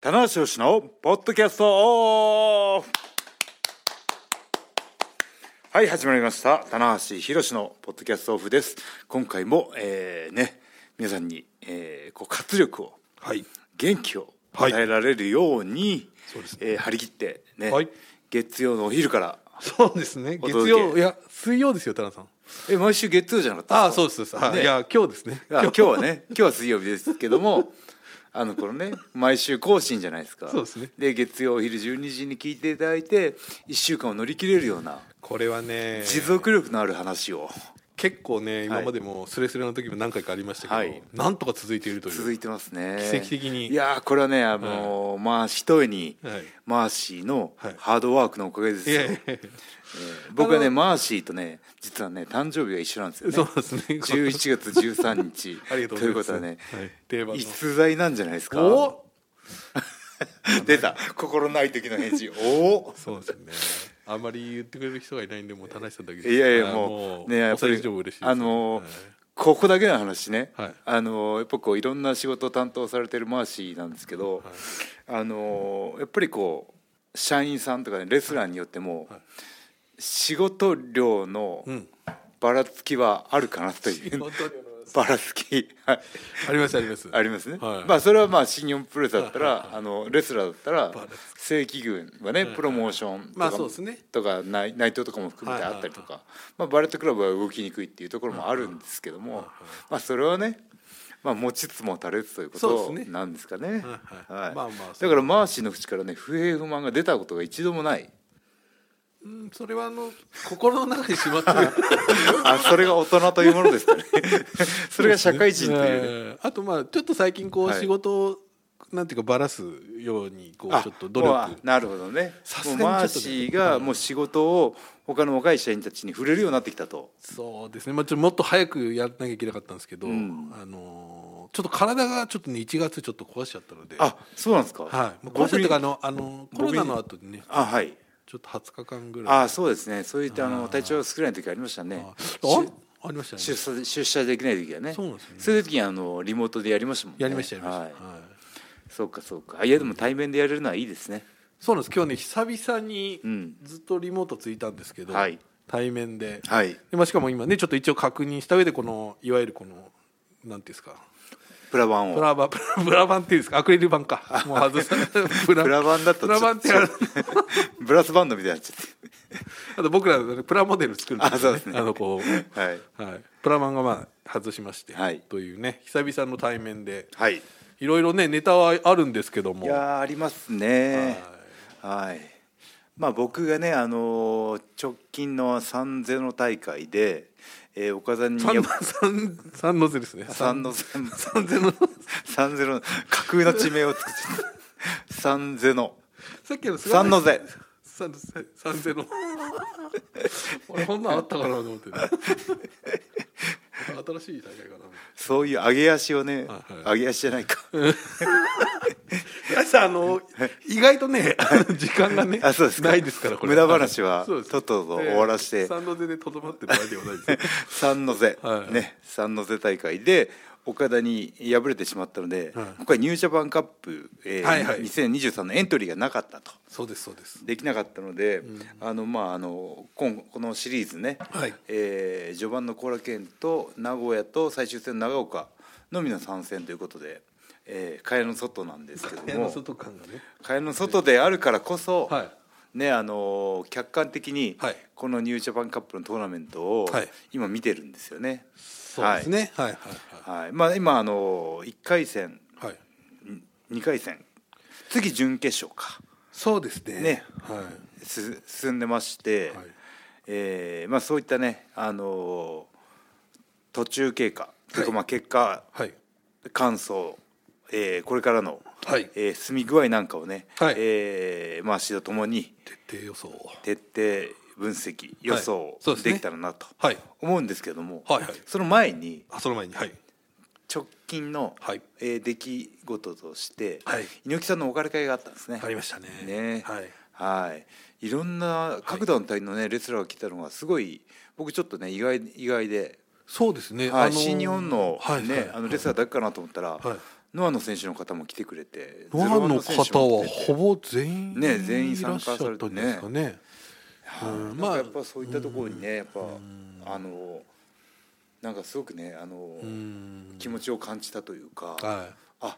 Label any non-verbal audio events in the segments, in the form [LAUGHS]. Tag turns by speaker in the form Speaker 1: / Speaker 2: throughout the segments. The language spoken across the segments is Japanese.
Speaker 1: 棚橋宏のポッドキャストオフはい始まりました棚橋宏のポッドキャストオフです今回も、えー、ね皆さんに、えー、こう活力を
Speaker 2: はい。
Speaker 1: 元気を与えられるように、
Speaker 2: そうですね
Speaker 1: えー張り切ってね、
Speaker 2: はい
Speaker 1: 月曜のお昼から
Speaker 2: そうですね。
Speaker 1: お
Speaker 2: 月
Speaker 1: 届け
Speaker 2: 曜、いや、水曜ですよ、田中さん。
Speaker 1: え毎週月曜じゃなかった
Speaker 2: ああ、
Speaker 1: ですか
Speaker 2: そうです。そうですはい。
Speaker 1: ね
Speaker 2: いや、今日ですね。
Speaker 1: あ今日はね今日は水曜日ですけども [LAUGHS] あのこのね毎週更新じゃないですか
Speaker 2: そうですね
Speaker 1: 月曜お昼12時に聞いていただいて1週間を乗り切れるような
Speaker 2: これはね、
Speaker 1: 持続力のある話を
Speaker 2: 結構ね、今までもスレスレの時も何回かありましたけど、
Speaker 1: はい
Speaker 2: なんとか続いているという。
Speaker 1: 続いてますね
Speaker 2: 奇跡的に
Speaker 1: いやーこれはねあのーまあ一重に
Speaker 2: はい
Speaker 1: マーシーの
Speaker 2: はい
Speaker 1: ハードワークのおかげです
Speaker 2: い
Speaker 1: よ、
Speaker 2: やいやいや
Speaker 1: えー僕はねマーシーとね実はね誕生日が一緒なんですよね
Speaker 2: そうですね [LAUGHS]
Speaker 1: 11月13日
Speaker 2: ありがとうございます。
Speaker 1: ということはね、
Speaker 2: はい、定番の。
Speaker 1: 逸材なんじゃないですか
Speaker 2: お
Speaker 1: 出た心ない時の返事おお
Speaker 2: そうですね。あんまり言ってくれる人がいないんで、もう田中さんだけです。
Speaker 1: いやいや
Speaker 2: あー
Speaker 1: もうね
Speaker 2: ね、
Speaker 1: や
Speaker 2: や
Speaker 1: っぱ
Speaker 2: っぱ
Speaker 1: り
Speaker 2: り。嬉しいです
Speaker 1: あのー
Speaker 2: はい
Speaker 1: ここだけの話ね、
Speaker 2: はい
Speaker 1: あのーやっぱこういろんな仕事を担当されてるマーシーなんですけど、あのーやっぱりこう社員さんとかねレスラーによっても、
Speaker 2: はい
Speaker 1: 仕事量の
Speaker 2: うん。
Speaker 1: ばらつきはあるかなという、
Speaker 2: 本当に
Speaker 1: ばらつきはい
Speaker 2: あります、あります。
Speaker 1: ありますね、
Speaker 2: はい
Speaker 1: まあそれはまあ新日本プロレスだったら、あのレスラーだったら
Speaker 2: バラン
Speaker 1: 正規軍はねプロモーションとか,、
Speaker 2: まあそうですね
Speaker 1: とか内内藤とかも含めてあったりとか、まあ、バレットクラブは動きにくいっていうところもあるんですけども、まあ、それはねまあ持ちつ持たれつというこ
Speaker 2: そ
Speaker 1: と
Speaker 2: うですね
Speaker 1: なんですかね。
Speaker 2: はい
Speaker 1: はい
Speaker 2: まあまあ
Speaker 1: だからマーシーの口からね不平不満が出たことが一度もない。
Speaker 2: うんそれはあの、心の中にしまってる。
Speaker 1: あそれが大人というものですか
Speaker 2: [LAUGHS]
Speaker 1: ね。それが社会人というね、
Speaker 2: えーあとまあちょっと最近こう
Speaker 1: はい
Speaker 2: 仕事をなんていうかばらすようにこう
Speaker 1: あ
Speaker 2: ちょっと努
Speaker 1: もうあ
Speaker 2: 力
Speaker 1: なるほどね
Speaker 2: さす
Speaker 1: もう
Speaker 2: がに
Speaker 1: マー
Speaker 2: ちょっと
Speaker 1: シ
Speaker 2: ね
Speaker 1: ーがもう仕事を他の若い社員たちに触れるようになってきたと
Speaker 2: そうですねまあちょっともっと早くやらなきゃいけなかったんですけど
Speaker 1: ん
Speaker 2: あのーちょっと体がちょっとね1月ちょっと壊しちゃったので
Speaker 1: あそうなんですか
Speaker 2: はいもう
Speaker 1: 僕
Speaker 2: 壊しちゃったかあ
Speaker 1: に
Speaker 2: のあの
Speaker 1: 僕
Speaker 2: コロ
Speaker 1: に
Speaker 2: ナの後にね
Speaker 1: あはい
Speaker 2: ちょっと20日間ぐらい
Speaker 1: あそうですねそういったあの体調が少ない時ありましたね
Speaker 2: ああありました
Speaker 1: 出社
Speaker 2: ね
Speaker 1: 出社できない時はね
Speaker 2: そうなんですよね
Speaker 1: そういう時にあのリモートでやりましたもんね
Speaker 2: やりましたやりました
Speaker 1: はい
Speaker 2: はい
Speaker 1: そうかそうかあいやでも対面でやれるのはいいですね
Speaker 2: そうなんです今日ね久々に
Speaker 1: うん
Speaker 2: ずっとリモートついたんですけど
Speaker 1: はい
Speaker 2: 対面で
Speaker 1: はい
Speaker 2: でまあ、しかも今ねちょっと一応確認した上でこのいわゆるこのなんていうんですか
Speaker 1: プラ版
Speaker 2: プ
Speaker 1: を
Speaker 2: ラバプ [LAUGHS] ラプラ板っていうんですかアクリル板かもう
Speaker 1: [LAUGHS]
Speaker 2: 外さ
Speaker 1: プ
Speaker 2: プ
Speaker 1: ラ版だと
Speaker 2: プラ板ってある
Speaker 1: [LAUGHS] ブラスバンドみたいになっちゃっ
Speaker 2: あと僕らのプラモデル作るん
Speaker 1: あそうですね
Speaker 2: あのこう、
Speaker 1: てはい
Speaker 2: はい、プラ板がまあ外しまして、
Speaker 1: はい
Speaker 2: というね久々の対面で
Speaker 1: はい
Speaker 2: いろいろねネタはあるんですけども
Speaker 1: いやーありますねはい、まあ僕がねあのー直近の三ゼノ大会で、えー、岡田に
Speaker 2: 三三三の字ですね
Speaker 1: 三の
Speaker 2: 三ゼの
Speaker 1: 三ゼノ架空の地名を作ってた三ゼノ
Speaker 2: さっきの菅
Speaker 1: 三の瀬
Speaker 2: 三三ゼロ。 [LAUGHS] 俺こんなんあったかなと思って、ね。 [LAUGHS] 新しい大会かな。
Speaker 1: そういう上げ足をね、
Speaker 2: はいはい
Speaker 1: 上げ足じゃないか
Speaker 2: やさんあの [LAUGHS] 意外とね [LAUGHS] あの時間がね
Speaker 1: あそうですか
Speaker 2: ないですからこれ。
Speaker 1: 無駄話は
Speaker 2: [LAUGHS] そうです
Speaker 1: とっとと終わらして
Speaker 2: で三の瀬でとどまってるわけではない
Speaker 1: [LAUGHS]
Speaker 2: です。
Speaker 1: 三の瀬、
Speaker 2: はい
Speaker 1: ね三の瀬大会で岡田に敗れてしまったので、
Speaker 2: はい
Speaker 1: 今回ニュージャパンカップ、えー
Speaker 2: はいはい
Speaker 1: 2023のエントリーがなかったと。
Speaker 2: そうですそうです。
Speaker 1: できなかったので、あのまああの今このシリーズね、
Speaker 2: はい
Speaker 1: えー序盤の後楽園と名古屋と最終戦の長岡のみの参戦ということで、えー、蚊帳の外なんですけ
Speaker 2: 部
Speaker 1: ど
Speaker 2: 屋の
Speaker 1: も
Speaker 2: 外感がね。
Speaker 1: 蚊帳の外であるからこそ、
Speaker 2: はい
Speaker 1: ねあの客観的に
Speaker 2: はい
Speaker 1: このニュージャパンカップのトーナメントを
Speaker 2: はい
Speaker 1: 今見てるんですよね。
Speaker 2: そうですね。はいはい
Speaker 1: はいはいまあ、今あの1回戦
Speaker 2: はい。はい。
Speaker 1: 2回戦次準決勝か。
Speaker 2: そうですね。
Speaker 1: ね
Speaker 2: はい。
Speaker 1: す進んでまして、
Speaker 2: はい
Speaker 1: えーまあ、そういったね、あのー途中経過というか
Speaker 2: はい
Speaker 1: まあ結果、
Speaker 2: はい。
Speaker 1: 感想、えーこれからの、
Speaker 2: はい
Speaker 1: えー進み具合なんかをね、
Speaker 2: はい
Speaker 1: えーまあ、指導ともに
Speaker 2: 徹底予想。
Speaker 1: 徹底分析予
Speaker 2: はい
Speaker 1: 想
Speaker 2: そうですね
Speaker 1: できたらなと
Speaker 2: はい
Speaker 1: 思うんですけども、
Speaker 2: はいはい
Speaker 1: その前に
Speaker 2: あその前にはい。
Speaker 1: 直近の、
Speaker 2: はい
Speaker 1: えー出来事として、
Speaker 2: はい
Speaker 1: 猪木さんのお別れ会があったんですね。
Speaker 2: ありましたね。
Speaker 1: ね
Speaker 2: はい。
Speaker 1: はい、いろんな各団体のね、レスラーが来たのがすごい僕ちょっとね意外意外で、
Speaker 2: そうですね。
Speaker 1: はい
Speaker 2: あのー
Speaker 1: 新日本のね、
Speaker 2: はいはい
Speaker 1: あのレスラーだけかなと思ったら、
Speaker 2: はい
Speaker 1: ノアの選手の方も来てくれて
Speaker 2: ノアの
Speaker 1: ゼロワン選手
Speaker 2: 方
Speaker 1: も
Speaker 2: は
Speaker 1: 来てて
Speaker 2: ほぼ全員
Speaker 1: ね全員
Speaker 2: いらっしゃった
Speaker 1: 参
Speaker 2: ん
Speaker 1: 加されてね
Speaker 2: ですかね。うん
Speaker 1: ま
Speaker 2: ま
Speaker 1: あ
Speaker 2: あ
Speaker 1: やっぱそういったところにねやっぱあのなんかすごくねあの
Speaker 2: うん
Speaker 1: 気持ちを感じたというか
Speaker 2: はい。
Speaker 1: あ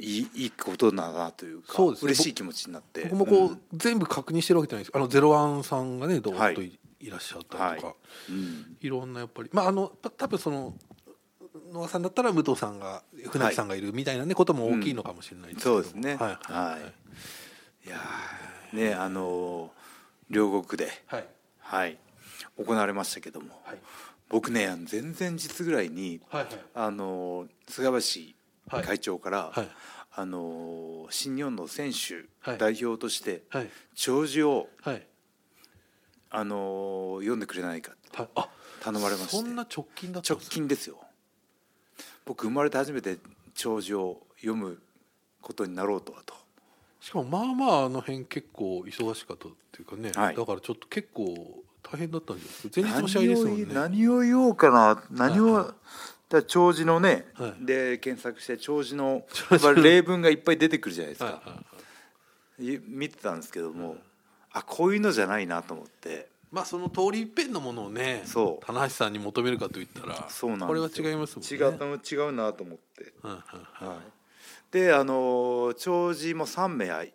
Speaker 1: いいいいことだなというか
Speaker 2: そうですね
Speaker 1: 嬉しい気持ちになって
Speaker 2: 僕もこう、
Speaker 1: うん
Speaker 2: 全部確認してるわけじゃないですあのゼロワンさんがねど
Speaker 1: は
Speaker 2: ーっとい,、
Speaker 1: い
Speaker 2: らっしゃったりとか、
Speaker 1: はいうん、
Speaker 2: い、ろんなやっぱりまああのた多分その野田さんだったら武藤さんが船木さんがいるみたいなね、ことも大きいのかもしれないですけど、
Speaker 1: そうですね
Speaker 2: はい
Speaker 1: はいいやーねあの両国で
Speaker 2: はい
Speaker 1: はい行われましたけども、
Speaker 2: はい
Speaker 1: 僕ねあの前々日ぐらいに
Speaker 2: はいはい
Speaker 1: あの菅林
Speaker 2: はい
Speaker 1: 会長から、
Speaker 2: はい
Speaker 1: あの新日本の選手
Speaker 2: はい
Speaker 1: 代表として
Speaker 2: はい
Speaker 1: 弔辞を
Speaker 2: はい
Speaker 1: あの読んでくれないかって
Speaker 2: はいあ
Speaker 1: 頼まれまして
Speaker 2: そんな直近だったん
Speaker 1: 直
Speaker 2: です
Speaker 1: 近ですよ僕生まれて初めて弔辞を読むことになろうとはと
Speaker 2: しかもまあまああの辺結構忙しかったっていうかね、
Speaker 1: はい
Speaker 2: だからちょっと結構大変だったんじゃないですか前日も試合ですもんね
Speaker 1: 何を言おうかな何を、
Speaker 2: はい
Speaker 1: だから弔辞のね、
Speaker 2: はい
Speaker 1: で検索して弔辞のやっぱり例文がいっぱい出てくるじゃないですか、
Speaker 2: はいはいはい
Speaker 1: い見てたんですけども、あこういうのじゃないなと思って
Speaker 2: まあその通り一遍のものをね
Speaker 1: そう
Speaker 2: 棚橋さんに求めるかといったら
Speaker 1: そうなんですよ
Speaker 2: これは違いますもんね
Speaker 1: 違う違うなと思って、
Speaker 2: うんうんうん
Speaker 1: はい、であの弔辞も3名あい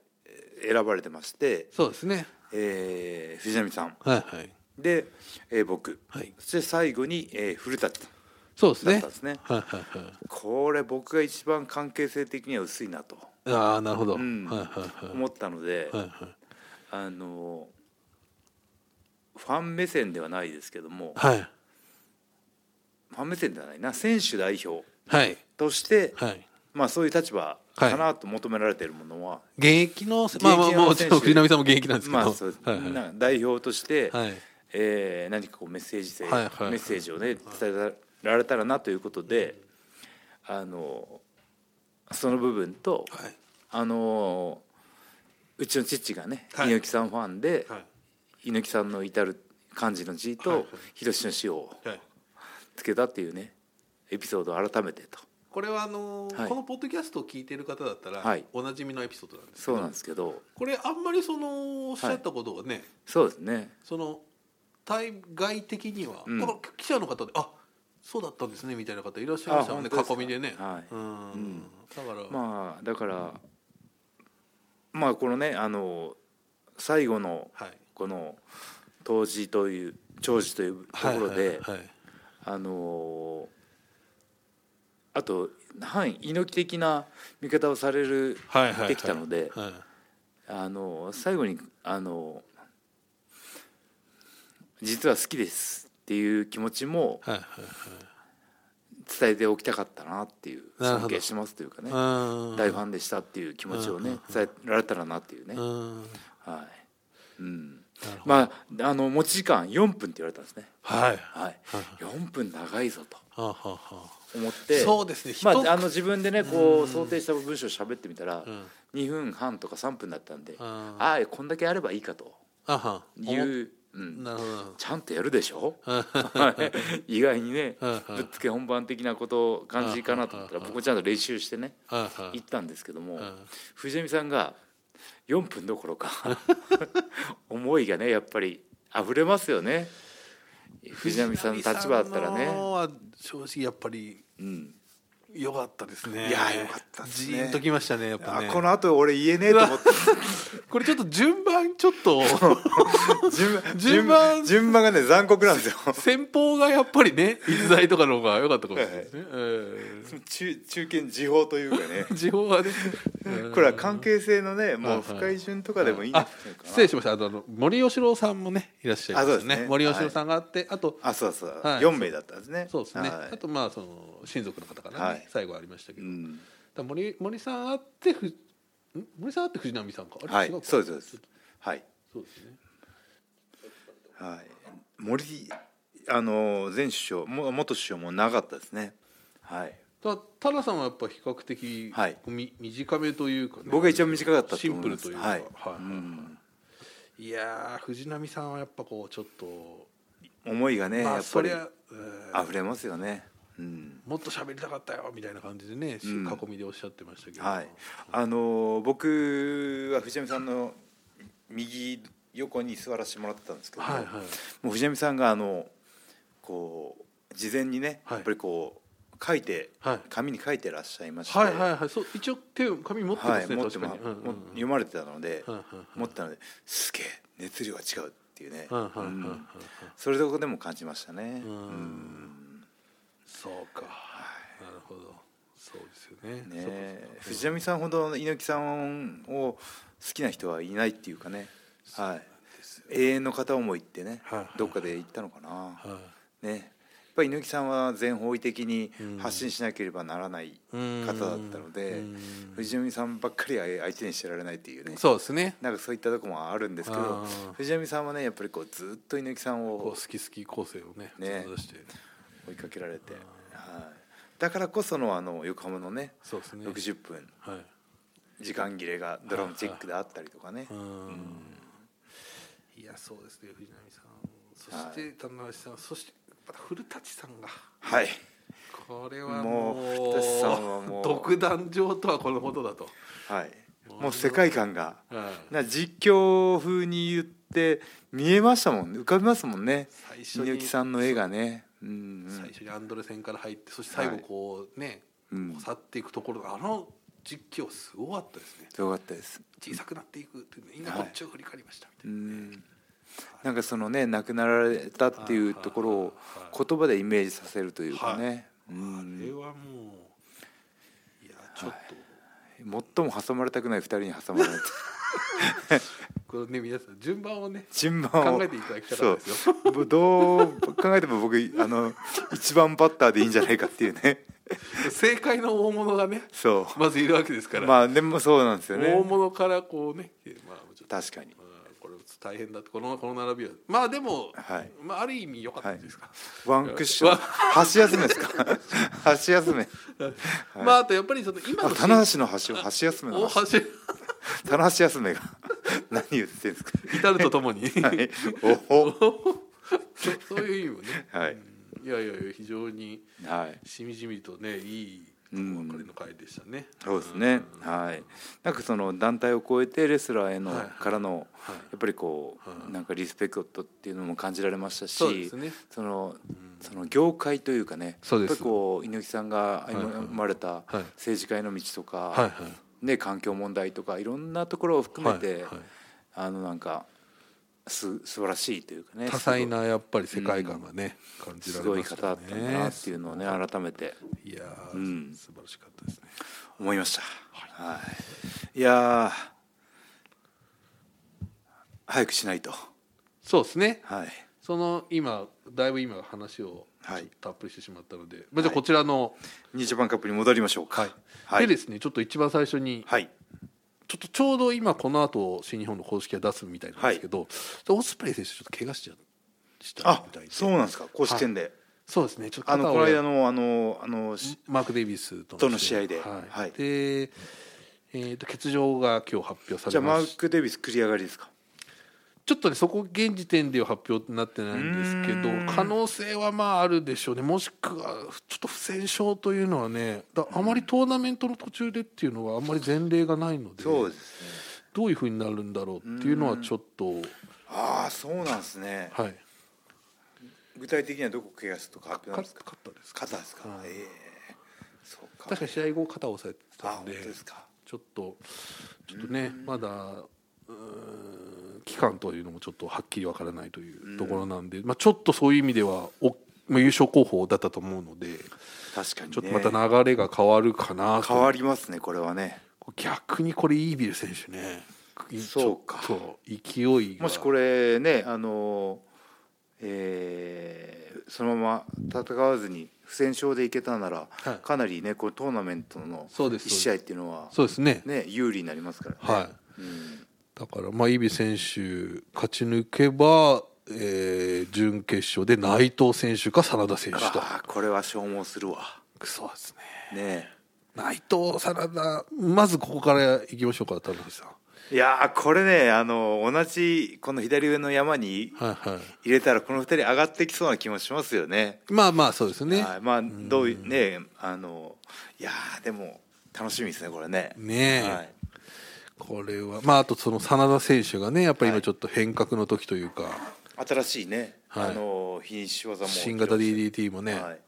Speaker 1: 選ばれてまして、
Speaker 2: そうですね
Speaker 1: えー藤波さん
Speaker 2: はいはい
Speaker 1: で、えー僕、
Speaker 2: はい
Speaker 1: そして最後に、えー古舘さん
Speaker 2: そうです
Speaker 1: だっ
Speaker 2: ね
Speaker 1: たんですね
Speaker 2: はいはいはい
Speaker 1: これ僕が一番関係性的には薄いなと
Speaker 2: ああなるほど、
Speaker 1: うん
Speaker 2: はいはいはい
Speaker 1: 思ったので、
Speaker 2: はいはい
Speaker 1: あのファン目線ではないですけども
Speaker 2: はい
Speaker 1: ファン目線ではないな選手代表
Speaker 2: はい
Speaker 1: として、
Speaker 2: はい
Speaker 1: まあ、そういう立場かなと求められているものは、
Speaker 2: 現役の
Speaker 1: 役の
Speaker 2: まあまあもち
Speaker 1: 選
Speaker 2: ろ
Speaker 1: 手
Speaker 2: ん藤波さんも現役なんですけど、
Speaker 1: まあそう
Speaker 2: はいはい
Speaker 1: な代表として、
Speaker 2: はい
Speaker 1: えー何かこうメッセージ性、
Speaker 2: はいはい
Speaker 1: メッセージをね伝えられたらなということで、あのその部分と、
Speaker 2: はい
Speaker 1: あのうちの父がね、
Speaker 2: はい
Speaker 1: 猪木さんファンで、
Speaker 2: はい
Speaker 1: 猪木さんの至る漢字の字
Speaker 2: はいは
Speaker 1: と
Speaker 2: い
Speaker 1: ひろしの死を
Speaker 2: はい
Speaker 1: つけたっていうねエピソードを改めてと
Speaker 2: これはあのー
Speaker 1: はい
Speaker 2: このポッドキャストを聞いている方だったら、
Speaker 1: はい
Speaker 2: おなじみのエピソードなんですけ
Speaker 1: そ
Speaker 2: ど
Speaker 1: うなんですけど
Speaker 2: これあんまりそのおっしゃったことをね、
Speaker 1: そうですね
Speaker 2: その対外的には、
Speaker 1: うん
Speaker 2: この記者の方であそうだったんですねみたいな方いらっしゃいましたもんね
Speaker 1: あ本当
Speaker 2: 囲
Speaker 1: で
Speaker 2: み
Speaker 1: すか
Speaker 2: でね、
Speaker 1: はい
Speaker 2: うん、
Speaker 1: うん
Speaker 2: だから、
Speaker 1: まあだからまあこのねあの最後の
Speaker 2: はい
Speaker 1: この当時という長寿というところで
Speaker 2: はいはい
Speaker 1: あのあと反猪木的な見方をされる
Speaker 2: はいはいはい
Speaker 1: できたので
Speaker 2: はい
Speaker 1: あの最後にあの実は好きですっていう気持ちも
Speaker 2: はいはい
Speaker 1: 伝えておきたかったなっていう
Speaker 2: なるほど
Speaker 1: 尊敬してますというかね
Speaker 2: はいうん
Speaker 1: 大ファンでしたっていう気持ちをね伝えられたらなっていうね
Speaker 2: うん
Speaker 1: はい、うん、
Speaker 2: なるほど
Speaker 1: まああの持ち時間4分って言われたんですね
Speaker 2: はい
Speaker 1: はい4分長いぞと
Speaker 2: はあはあはあ
Speaker 1: 思って
Speaker 2: そうですね
Speaker 1: ま
Speaker 2: 人
Speaker 1: あ、あの自分でねこう想定した文章を喋ってみたら
Speaker 2: うん
Speaker 1: 2分半とか3分だったんであ
Speaker 2: あー
Speaker 1: あこんだけあればいいかと
Speaker 2: あは
Speaker 1: いうう、うん、
Speaker 2: なるほど
Speaker 1: ちゃんとやるでし
Speaker 2: [LAUGHS]
Speaker 1: ょ意外にね
Speaker 2: うんうん
Speaker 1: ぶっつけ本番的なこと感じかなと思ったら
Speaker 2: うんうん
Speaker 1: 僕もちゃんと練習してね
Speaker 2: はいはい
Speaker 1: 行ったんですけども
Speaker 2: うん
Speaker 1: 藤波さんが4分どころか [LAUGHS] 思いがねやっぱり溢れますよね藤波さんの立場だったら
Speaker 2: 藤波さんの
Speaker 1: ね、
Speaker 2: は正直やっぱり
Speaker 1: うん、
Speaker 2: 良かったですね
Speaker 1: いや良かったですね
Speaker 2: ジーンときましたねやっぱね
Speaker 1: のあと俺言えねえと
Speaker 2: [LAUGHS]
Speaker 1: 思って
Speaker 2: これちょっと順番ちょっと
Speaker 1: [LAUGHS] 順番
Speaker 2: 順番
Speaker 1: 順番がね残酷なんです
Speaker 2: [LAUGHS]
Speaker 1: よ
Speaker 2: 先方がやっぱりね逸材とかの方が良かったかもしれないですね。
Speaker 1: 中中堅時報というかね
Speaker 2: うん情報はね。
Speaker 1: これは関係性のねも
Speaker 2: は
Speaker 1: う
Speaker 2: い
Speaker 1: 不快順とかでもいいんじゃ
Speaker 2: あ
Speaker 1: ないかな
Speaker 2: 失礼しましたあとあの森喜朗さんもねいらっしゃいます
Speaker 1: あ
Speaker 2: よ
Speaker 1: そうで
Speaker 2: ね
Speaker 1: すね
Speaker 2: 森喜朗さんがあって、あと
Speaker 1: あそうそう、
Speaker 2: はい
Speaker 1: 4名だったんですね
Speaker 2: そうですね、
Speaker 1: はい
Speaker 2: あとまあその親族の方かな、
Speaker 1: はい
Speaker 2: 最後ありましたけ
Speaker 1: う
Speaker 2: ど、だ
Speaker 1: ん
Speaker 2: から森森さんあってふん森さんあって藤波さんかあれ
Speaker 1: はい
Speaker 2: 違うか
Speaker 1: そうですそうですはい
Speaker 2: そうですね
Speaker 1: はい森あの前首相も元首相もなかったですねはい
Speaker 2: だタラさんはやっぱ比較的、
Speaker 1: はい
Speaker 2: み短めというか、ね、
Speaker 1: 僕が一番短かったと思います
Speaker 2: シンプルというか
Speaker 1: はい、
Speaker 2: はい
Speaker 1: うん
Speaker 2: いやー藤波さんはやっぱこうちょっと
Speaker 1: 思いがね、
Speaker 2: ま
Speaker 1: や
Speaker 2: あ
Speaker 1: っぱ
Speaker 2: そ
Speaker 1: り
Speaker 2: りゃ、えー
Speaker 1: 溢れますよね、ううん
Speaker 2: もっと喋りたかったよみたいな感じでね、し
Speaker 1: うん
Speaker 2: 囲みでおっしゃってましたけど、
Speaker 1: はい、あのー僕は藤波さんの右横に座らせてもらってたんですけど、
Speaker 2: はいはい
Speaker 1: もう藤波さんがあのこう事前にね、
Speaker 2: はい
Speaker 1: やっぱりこう書いて、
Speaker 2: はい
Speaker 1: 紙に書いてらっしゃいまして、
Speaker 2: はいはいはいそう一応手を紙持ってま
Speaker 1: はい
Speaker 2: すね、
Speaker 1: 持って
Speaker 2: 確
Speaker 1: ま
Speaker 2: かに、うんうん
Speaker 1: もう読まれてたので、
Speaker 2: はいはいはい
Speaker 1: 持ってたのですげえ熱量が違うっていうね、
Speaker 2: うんはいはいはいはい
Speaker 1: うんそれどこでも感じましたね。
Speaker 2: うん
Speaker 1: うん
Speaker 2: そうか、なるほどそうですよね
Speaker 1: ね
Speaker 2: そう
Speaker 1: え
Speaker 2: ですよね
Speaker 1: 藤波さんほど猪木さんを好きな人はいないっていうかね、はい、永遠の片思いってね、
Speaker 2: はいはい
Speaker 1: どっかで言ったのかな、
Speaker 2: はい
Speaker 1: ねやっぱり猪木さんは全方位的に
Speaker 2: うん
Speaker 1: 発信しなければならない
Speaker 2: うん
Speaker 1: 方だったので、
Speaker 2: うん
Speaker 1: 藤波さんばっかりは相手にしてられないっていうね
Speaker 2: そうですね
Speaker 1: なんかそういったとこもあるんですけ
Speaker 2: あ
Speaker 1: ど
Speaker 2: ー
Speaker 1: 藤波さんはねやっぱりこうずっと猪木さん
Speaker 2: こう
Speaker 1: を
Speaker 2: 好き好き構成をね
Speaker 1: ね
Speaker 2: 出して
Speaker 1: 追いかけられて、はい、だからこそのあの横浜のね
Speaker 2: そうですね
Speaker 1: 60分
Speaker 2: はい
Speaker 1: 時間切れがドラムチェックであったりとかね
Speaker 2: う。んいやそうですね藤波さんそして棚橋さんそしてまた古舘さんが
Speaker 1: はい
Speaker 2: これは
Speaker 1: もう
Speaker 2: もう
Speaker 1: 古舘さんはもう
Speaker 2: 独壇場とはこのことだと、
Speaker 1: はい、もう世界観が
Speaker 2: はい
Speaker 1: な実況風に言って見えましたもんね浮かびますもんね
Speaker 2: 最初に
Speaker 1: 猪木さんの絵がねうんうん
Speaker 2: 最初にアンドレ戦から入ってそして最後こうね、
Speaker 1: うん
Speaker 2: こう去っていくところのあの実況すごかったですね
Speaker 1: すごかったです
Speaker 2: 小さくなっていくっていうねみんなこっちを振り返りましたみた
Speaker 1: う
Speaker 2: いな、
Speaker 1: んなんかそのね亡くなられたっていうところを言葉でイメージさせるというかね、うん
Speaker 2: あれはもういやちょっと、
Speaker 1: 最も挟まれたくない二人に挟
Speaker 2: [LAUGHS]
Speaker 1: まれた
Speaker 2: これね皆さん順番をね
Speaker 1: 順番を
Speaker 2: 考えていただきたかったですよ
Speaker 1: そうぶどう考えても僕あの一番バッターでいいんじゃないかっていうね
Speaker 2: 正解の大物がね
Speaker 1: そ
Speaker 2: まずいるわけですか
Speaker 1: う
Speaker 2: ら、
Speaker 1: まあでもそうなんですよね
Speaker 2: 大物からこうね、まあ、ちょっと
Speaker 1: 確かに
Speaker 2: まあこれ大変だってこのこの並びはまあでも、
Speaker 1: はい
Speaker 2: まあ、ある意味良かったんですか、
Speaker 1: ワンクッション箸休めです
Speaker 2: [LAUGHS]
Speaker 1: か箸休め
Speaker 2: まああとやっぱりその今
Speaker 1: あ
Speaker 2: の
Speaker 1: 棚橋の橋を箸休めの
Speaker 2: 大
Speaker 1: 箸 [LAUGHS]
Speaker 2: 橋
Speaker 1: 棚橋休めが何言ってんですか
Speaker 2: 至るとともに、 [LAUGHS]
Speaker 1: はいおお
Speaker 2: そそういう意味もね、
Speaker 1: はい
Speaker 2: いやいやいや非常に
Speaker 1: はい
Speaker 2: しみじみとねいいお
Speaker 1: うん
Speaker 2: 別れの会でしたね、
Speaker 1: そうですねはいなんかその団体を超えてレスラーへの
Speaker 2: はい
Speaker 1: からの
Speaker 2: はい
Speaker 1: やっぱりこ
Speaker 2: は
Speaker 1: う
Speaker 2: い
Speaker 1: なんかリスペクトっていうのも感じられましたし
Speaker 2: そうですね
Speaker 1: そのその業界というかね
Speaker 2: そう
Speaker 1: やっ
Speaker 2: です
Speaker 1: ぱりこう猪木さんが
Speaker 2: いはい
Speaker 1: 歩まれた
Speaker 2: はい
Speaker 1: 政治家への道とか、
Speaker 2: はいはい
Speaker 1: ね、環境問題とかいろんなところを含めて、
Speaker 2: はいはい
Speaker 1: あのなんかす素晴らしいというかね
Speaker 2: 多彩なやっぱり世界観がね、感じ
Speaker 1: す
Speaker 2: られ
Speaker 1: ごい
Speaker 2: ま
Speaker 1: すご
Speaker 2: し
Speaker 1: い方だ
Speaker 2: た
Speaker 1: ったんだな
Speaker 2: ね
Speaker 1: っていうのをね改めて
Speaker 2: いやー、
Speaker 1: うん
Speaker 2: 素晴らしかったですね
Speaker 1: 思いました、はいい、やー早くしないと
Speaker 2: そうですね
Speaker 1: はい
Speaker 2: その今だいぶ今話を
Speaker 1: はい
Speaker 2: ちょっとたっぷりしてしまったので、まあ、じゃあこちらの、
Speaker 1: ニュージャパンカップに戻りましょうかはい
Speaker 2: でですねちょっと一番最初に、
Speaker 1: はい
Speaker 2: ちょっとちょうど今この後新日本の公式は出すみたいなんですけど、オスプレイ選手ちょっと怪我しちゃした
Speaker 1: あ
Speaker 2: みたいで
Speaker 1: そうなんですか公式戦で、
Speaker 2: そうですねちょっと
Speaker 1: あの
Speaker 2: 肩
Speaker 1: こ
Speaker 2: を
Speaker 1: の間のあのあのし
Speaker 2: マーク・デイビスと
Speaker 1: との試合で
Speaker 2: はい
Speaker 1: はい
Speaker 2: で、えー、と欠場が今日発表さ
Speaker 1: じゃ
Speaker 2: れ
Speaker 1: あマ
Speaker 2: ま
Speaker 1: ー
Speaker 2: す
Speaker 1: ク・デイビス繰り上がりですか
Speaker 2: ちょっとねそこ現時点では発表になってないんですけど
Speaker 1: うーん
Speaker 2: 可能性はまああるでしょうねもしくはちょっと不戦勝というのはねだあまりトーナメントの途中でっていうのはあんまり前例がないので
Speaker 1: そうですね
Speaker 2: どういうふうになるんだろうっていうのはちょっと
Speaker 1: ああそうなんですね、
Speaker 2: はい
Speaker 1: 具体的にはどこ怪我するとか発表なん
Speaker 2: 勝
Speaker 1: ですか
Speaker 2: ったです
Speaker 1: 肩ですか、
Speaker 2: はい
Speaker 1: ええそうか
Speaker 2: 確かに試合後肩を押さえて
Speaker 1: あ
Speaker 2: たん
Speaker 1: 本当
Speaker 2: で
Speaker 1: ですか
Speaker 2: ちょっとちょっとねまだうーん期間というのもちょっとはっきりわからないというところなんで、まあ、ちょっとそういう意味ではおまあ優勝候補だったと思うので
Speaker 1: 確かに、ね、
Speaker 2: ちょっとまた流れが変わるかなと
Speaker 1: 変わりますねこれはね
Speaker 2: 逆にこれイービル選手ね
Speaker 1: そうか
Speaker 2: ちょっと勢いが
Speaker 1: もしこれねあのえーそのまま戦わずに不戦勝でいけたなら、
Speaker 2: はい
Speaker 1: かなりねこのトーナメントの
Speaker 2: そうです
Speaker 1: 1試合っていうのは
Speaker 2: そうですね
Speaker 1: ね有利になりますからね、
Speaker 2: はい
Speaker 1: うん
Speaker 2: だからまあイビ選手勝ち抜けば、えー準決勝で内藤選手か真田選手と
Speaker 1: あーこれは消耗するわ
Speaker 2: クソですね
Speaker 1: ね
Speaker 2: 内藤真田まずここからいきましょうか田辺さん
Speaker 1: いやーこれねあの同じこの左上の山に
Speaker 2: はいは
Speaker 1: 入れたらこの2人上がってきそうな気もしますよね。
Speaker 2: いまあまあそうですね
Speaker 1: はい、まあどういうねあのいやーでも楽しみですねこれね。
Speaker 2: ねえ、
Speaker 1: はい
Speaker 2: これはまああとその真田選手がねやっぱり
Speaker 1: は
Speaker 2: 今
Speaker 1: い
Speaker 2: ちょっと変革の時というか、
Speaker 1: 新しいね、
Speaker 2: はい
Speaker 1: あの品種技も
Speaker 2: 新型 DDT もね、
Speaker 1: はい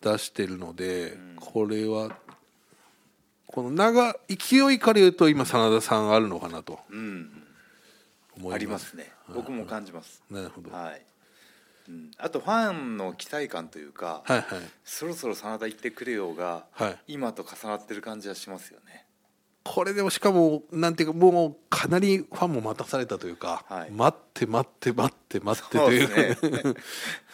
Speaker 2: 出してるので、これはこの長勢いから言うと今真田さんあるのかなと
Speaker 1: うん、
Speaker 2: 思います
Speaker 1: ありますね僕も感じます、
Speaker 2: なるほど、はい、
Speaker 1: はい、うん、あとファンの期待感というか、
Speaker 2: はい
Speaker 1: そろそろ真田行ってくれようが、
Speaker 2: はい
Speaker 1: 今と重なってる感じはしますよね
Speaker 2: これでもしかもなんていうかもうかなりファンも待たされたというか、
Speaker 1: はい
Speaker 2: 待って待って待って待ってという
Speaker 1: そうですね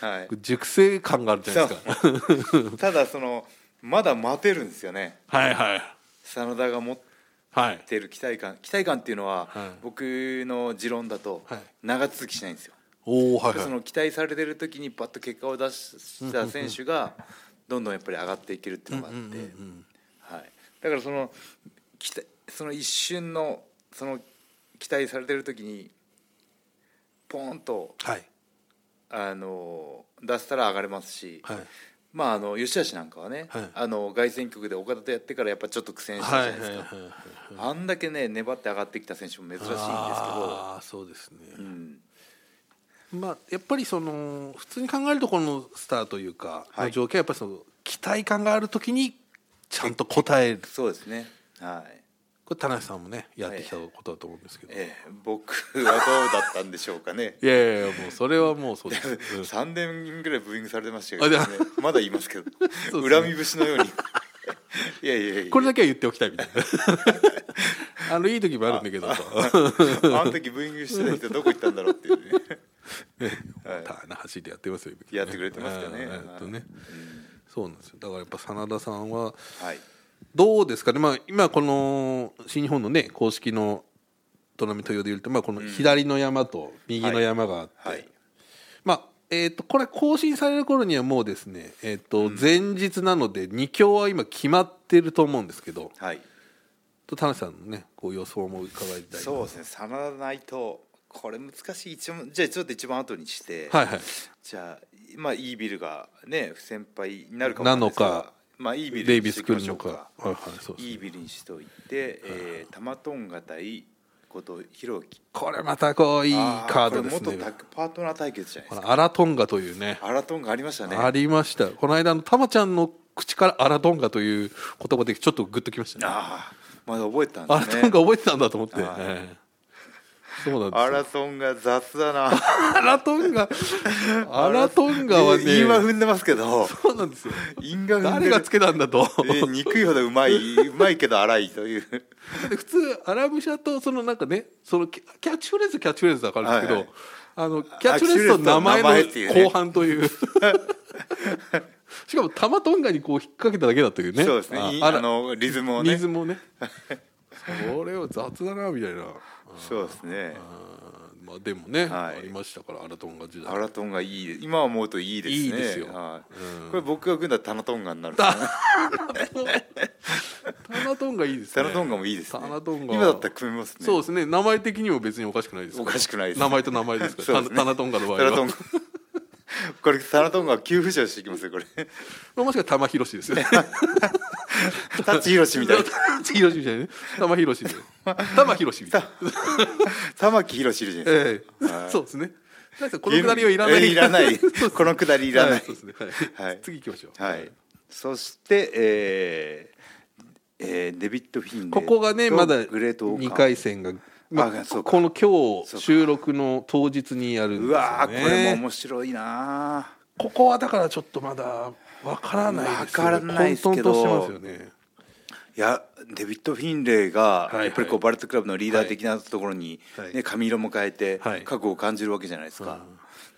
Speaker 1: はい
Speaker 2: [LAUGHS] 熟成感があるじゃないですか
Speaker 1: ただそのまだ待てるんですよね
Speaker 2: はいはい
Speaker 1: 真田が持っ
Speaker 2: はい
Speaker 1: てる期待感期待感っていうのは、
Speaker 2: はい
Speaker 1: 僕の持論だと
Speaker 2: はい
Speaker 1: 長続きしないんですよ、
Speaker 2: おおはいはい
Speaker 1: その期待されてる時にパッと結果を出した選手がどんどんやっぱり上がっていけるっていうのがあって、
Speaker 2: うんうんうん
Speaker 1: はい、だからその期待その一瞬のその期待されてる時にポーンと
Speaker 2: はい
Speaker 1: あの出せたら上がれますし、
Speaker 2: はい
Speaker 1: まああの吉橋なんかはね、
Speaker 2: はい
Speaker 1: あの凱旋局で岡田とやってからやっぱちょっと苦戦した
Speaker 2: は
Speaker 1: じ
Speaker 2: い
Speaker 1: ゃないですか、
Speaker 2: はいはい
Speaker 1: あんだけね粘って上がってきた選手も珍しいんですけど、
Speaker 2: ああそうですね、
Speaker 1: うん、
Speaker 2: まあやっぱりその普通に考えるとこのスターというか、
Speaker 1: はい
Speaker 2: の状況はやっぱりその期待感があるときにちゃんと答える
Speaker 1: そうですねはい。
Speaker 2: これ田中さんもねやってきたことだと思うんですけど、。
Speaker 1: ええ、僕はどうだったんでしょうかね
Speaker 2: いやいやいやもうそれはもうそうです、うん
Speaker 1: 三年ぐらいブーイングされてましたけど、ね
Speaker 2: あで、
Speaker 1: まだ言いますけど、
Speaker 2: そうですね
Speaker 1: 恨み節の
Speaker 2: [LAUGHS]
Speaker 1: ように。いやいやいや。
Speaker 2: これだけは言っておきたいみたいなあのいい時もあるんだけどと
Speaker 1: [LAUGHS] あの時ブーイングしてた人どこ行ったんだろうっていうね。はい
Speaker 2: 棚橋でやってますよ、
Speaker 1: やってくれてますよね
Speaker 2: うんえっとね、
Speaker 1: はい
Speaker 2: そうなんですよだからやっぱ真田さんは
Speaker 1: はい。
Speaker 2: どうですかね、まあ、今この新日本のね公式のトナミ豊でいうと、まあ、この左の山と右の山があって、
Speaker 1: はい。
Speaker 2: まあえー、とこれ更新される頃にはもうですね、えーと前日なので2強は今決まってると思うんですけど
Speaker 1: はい。
Speaker 2: と田中さんのねこう予想も伺いたいな
Speaker 1: そうですね。真田内藤、これ難しい。一番じゃあちょっと一番後にして、
Speaker 2: はいはい
Speaker 1: じゃあまあイービルがね不先輩になるかも
Speaker 2: なのか
Speaker 1: わいですがまあイービル
Speaker 2: デイ
Speaker 1: に
Speaker 2: ビ
Speaker 1: してい
Speaker 2: ス
Speaker 1: き
Speaker 2: 来
Speaker 1: まし
Speaker 2: る
Speaker 1: ょ
Speaker 2: の
Speaker 1: う
Speaker 2: か
Speaker 1: か。
Speaker 2: はいはいそうです
Speaker 1: いいビルにしといて、えー、玉トンガ対こと弘樹
Speaker 2: これまたこういいカードです
Speaker 1: あこれ元タ
Speaker 2: ね
Speaker 1: ッグパートナー対決じゃない
Speaker 2: こ
Speaker 1: ですか
Speaker 2: のアラトンガというね
Speaker 1: アラトンガありましたね
Speaker 2: ありましたこの間のたまちゃんの口からアラトンガという言葉でちょっとグッときましたね
Speaker 1: ああまだ覚えてたんで
Speaker 2: アラ
Speaker 1: す
Speaker 2: ト
Speaker 1: ね
Speaker 2: ンガ覚えてたんだと思って、
Speaker 1: はい
Speaker 2: ええそう
Speaker 1: ア
Speaker 2: なんで
Speaker 1: ラ
Speaker 2: すよ
Speaker 1: トンガ雑だな
Speaker 2: アラトンガアラトンガはね
Speaker 1: 韻は踏んでますけど
Speaker 2: [LAUGHS] そうなんですよ
Speaker 1: 韻が踏ん
Speaker 2: 誰
Speaker 1: で
Speaker 2: が
Speaker 1: る
Speaker 2: つけたんだと
Speaker 1: えー憎いほどうまいうまいけど荒いという
Speaker 2: 普通アラブシャとそのなんかねそのキャキャッチフレーズキャッチフレーズだからですけど、
Speaker 1: はいはい
Speaker 2: あのキャッチフレーズと名前
Speaker 1: キャッチフレーズと名前っていう
Speaker 2: の
Speaker 1: ね
Speaker 2: 後半という [LAUGHS] しかも玉トンガにこう引っ掛けただけだったけどね
Speaker 1: そうですね韻
Speaker 2: あ
Speaker 1: あ
Speaker 2: ら
Speaker 1: のリズムを
Speaker 2: リ
Speaker 1: ね
Speaker 2: ズム
Speaker 1: [LAUGHS]
Speaker 2: をねそれは雑だなみたいな
Speaker 1: そうですね
Speaker 2: うんまあでもね、
Speaker 1: はい
Speaker 2: ありましたからアラトンガ時代
Speaker 1: アラトンガいい今思うといいですね
Speaker 2: いいですよ
Speaker 1: はい
Speaker 2: うん
Speaker 1: これ僕が組んだらタナトンガになるんですね
Speaker 2: タナトンガいいです
Speaker 1: タ
Speaker 2: ね
Speaker 1: ナトンガもいいですね
Speaker 2: タナトンガ
Speaker 1: 今だったら組めますね
Speaker 2: そうですね名前的にも別におかしくないですら
Speaker 1: おかしくないです
Speaker 2: 名前と名前ですか
Speaker 1: そ
Speaker 2: ら
Speaker 1: うですね
Speaker 2: タナトンガの場合
Speaker 1: タ
Speaker 2: は
Speaker 1: ナトンガ [LAUGHS] これタナトンガは急浮上していきますよ
Speaker 2: [LAUGHS]
Speaker 1: これ
Speaker 2: まあもしくは玉広しですよね
Speaker 1: 舘ひろしみたいな
Speaker 2: 玉広しみたいなね玉広しで玉広しみたいな
Speaker 1: 玉木ひろしいるじゃないです
Speaker 2: ええ
Speaker 1: はい
Speaker 2: そうですねなんか
Speaker 1: か
Speaker 2: このくだりはいらない
Speaker 1: えいらない
Speaker 2: [LAUGHS] そうです
Speaker 1: このくだりいらない
Speaker 2: そうですねは
Speaker 1: はいい
Speaker 2: 次行きましょう
Speaker 1: はいそしてえーえーデビッド・フィンレイ
Speaker 2: ここがね
Speaker 1: と
Speaker 2: まだ
Speaker 1: グレートオーカー
Speaker 2: 2回戦が、まあ、
Speaker 1: そうか
Speaker 2: この
Speaker 1: そう
Speaker 2: 今日
Speaker 1: か
Speaker 2: 収録の当日にやるんで
Speaker 1: う
Speaker 2: すよ、ね、
Speaker 1: わーこれも面白いな
Speaker 2: ここはだからちょっとまだわからないですよね
Speaker 1: わからないですけど
Speaker 2: 混沌としてますよね
Speaker 1: いやデビッド・フィンレイが
Speaker 2: いはい
Speaker 1: やっぱりこうバレットクラブのリーダー的なところに
Speaker 2: はい
Speaker 1: ね髪色も変えて
Speaker 2: はい
Speaker 1: 覚悟を感じるわけじゃないです
Speaker 2: う
Speaker 1: か
Speaker 2: ん。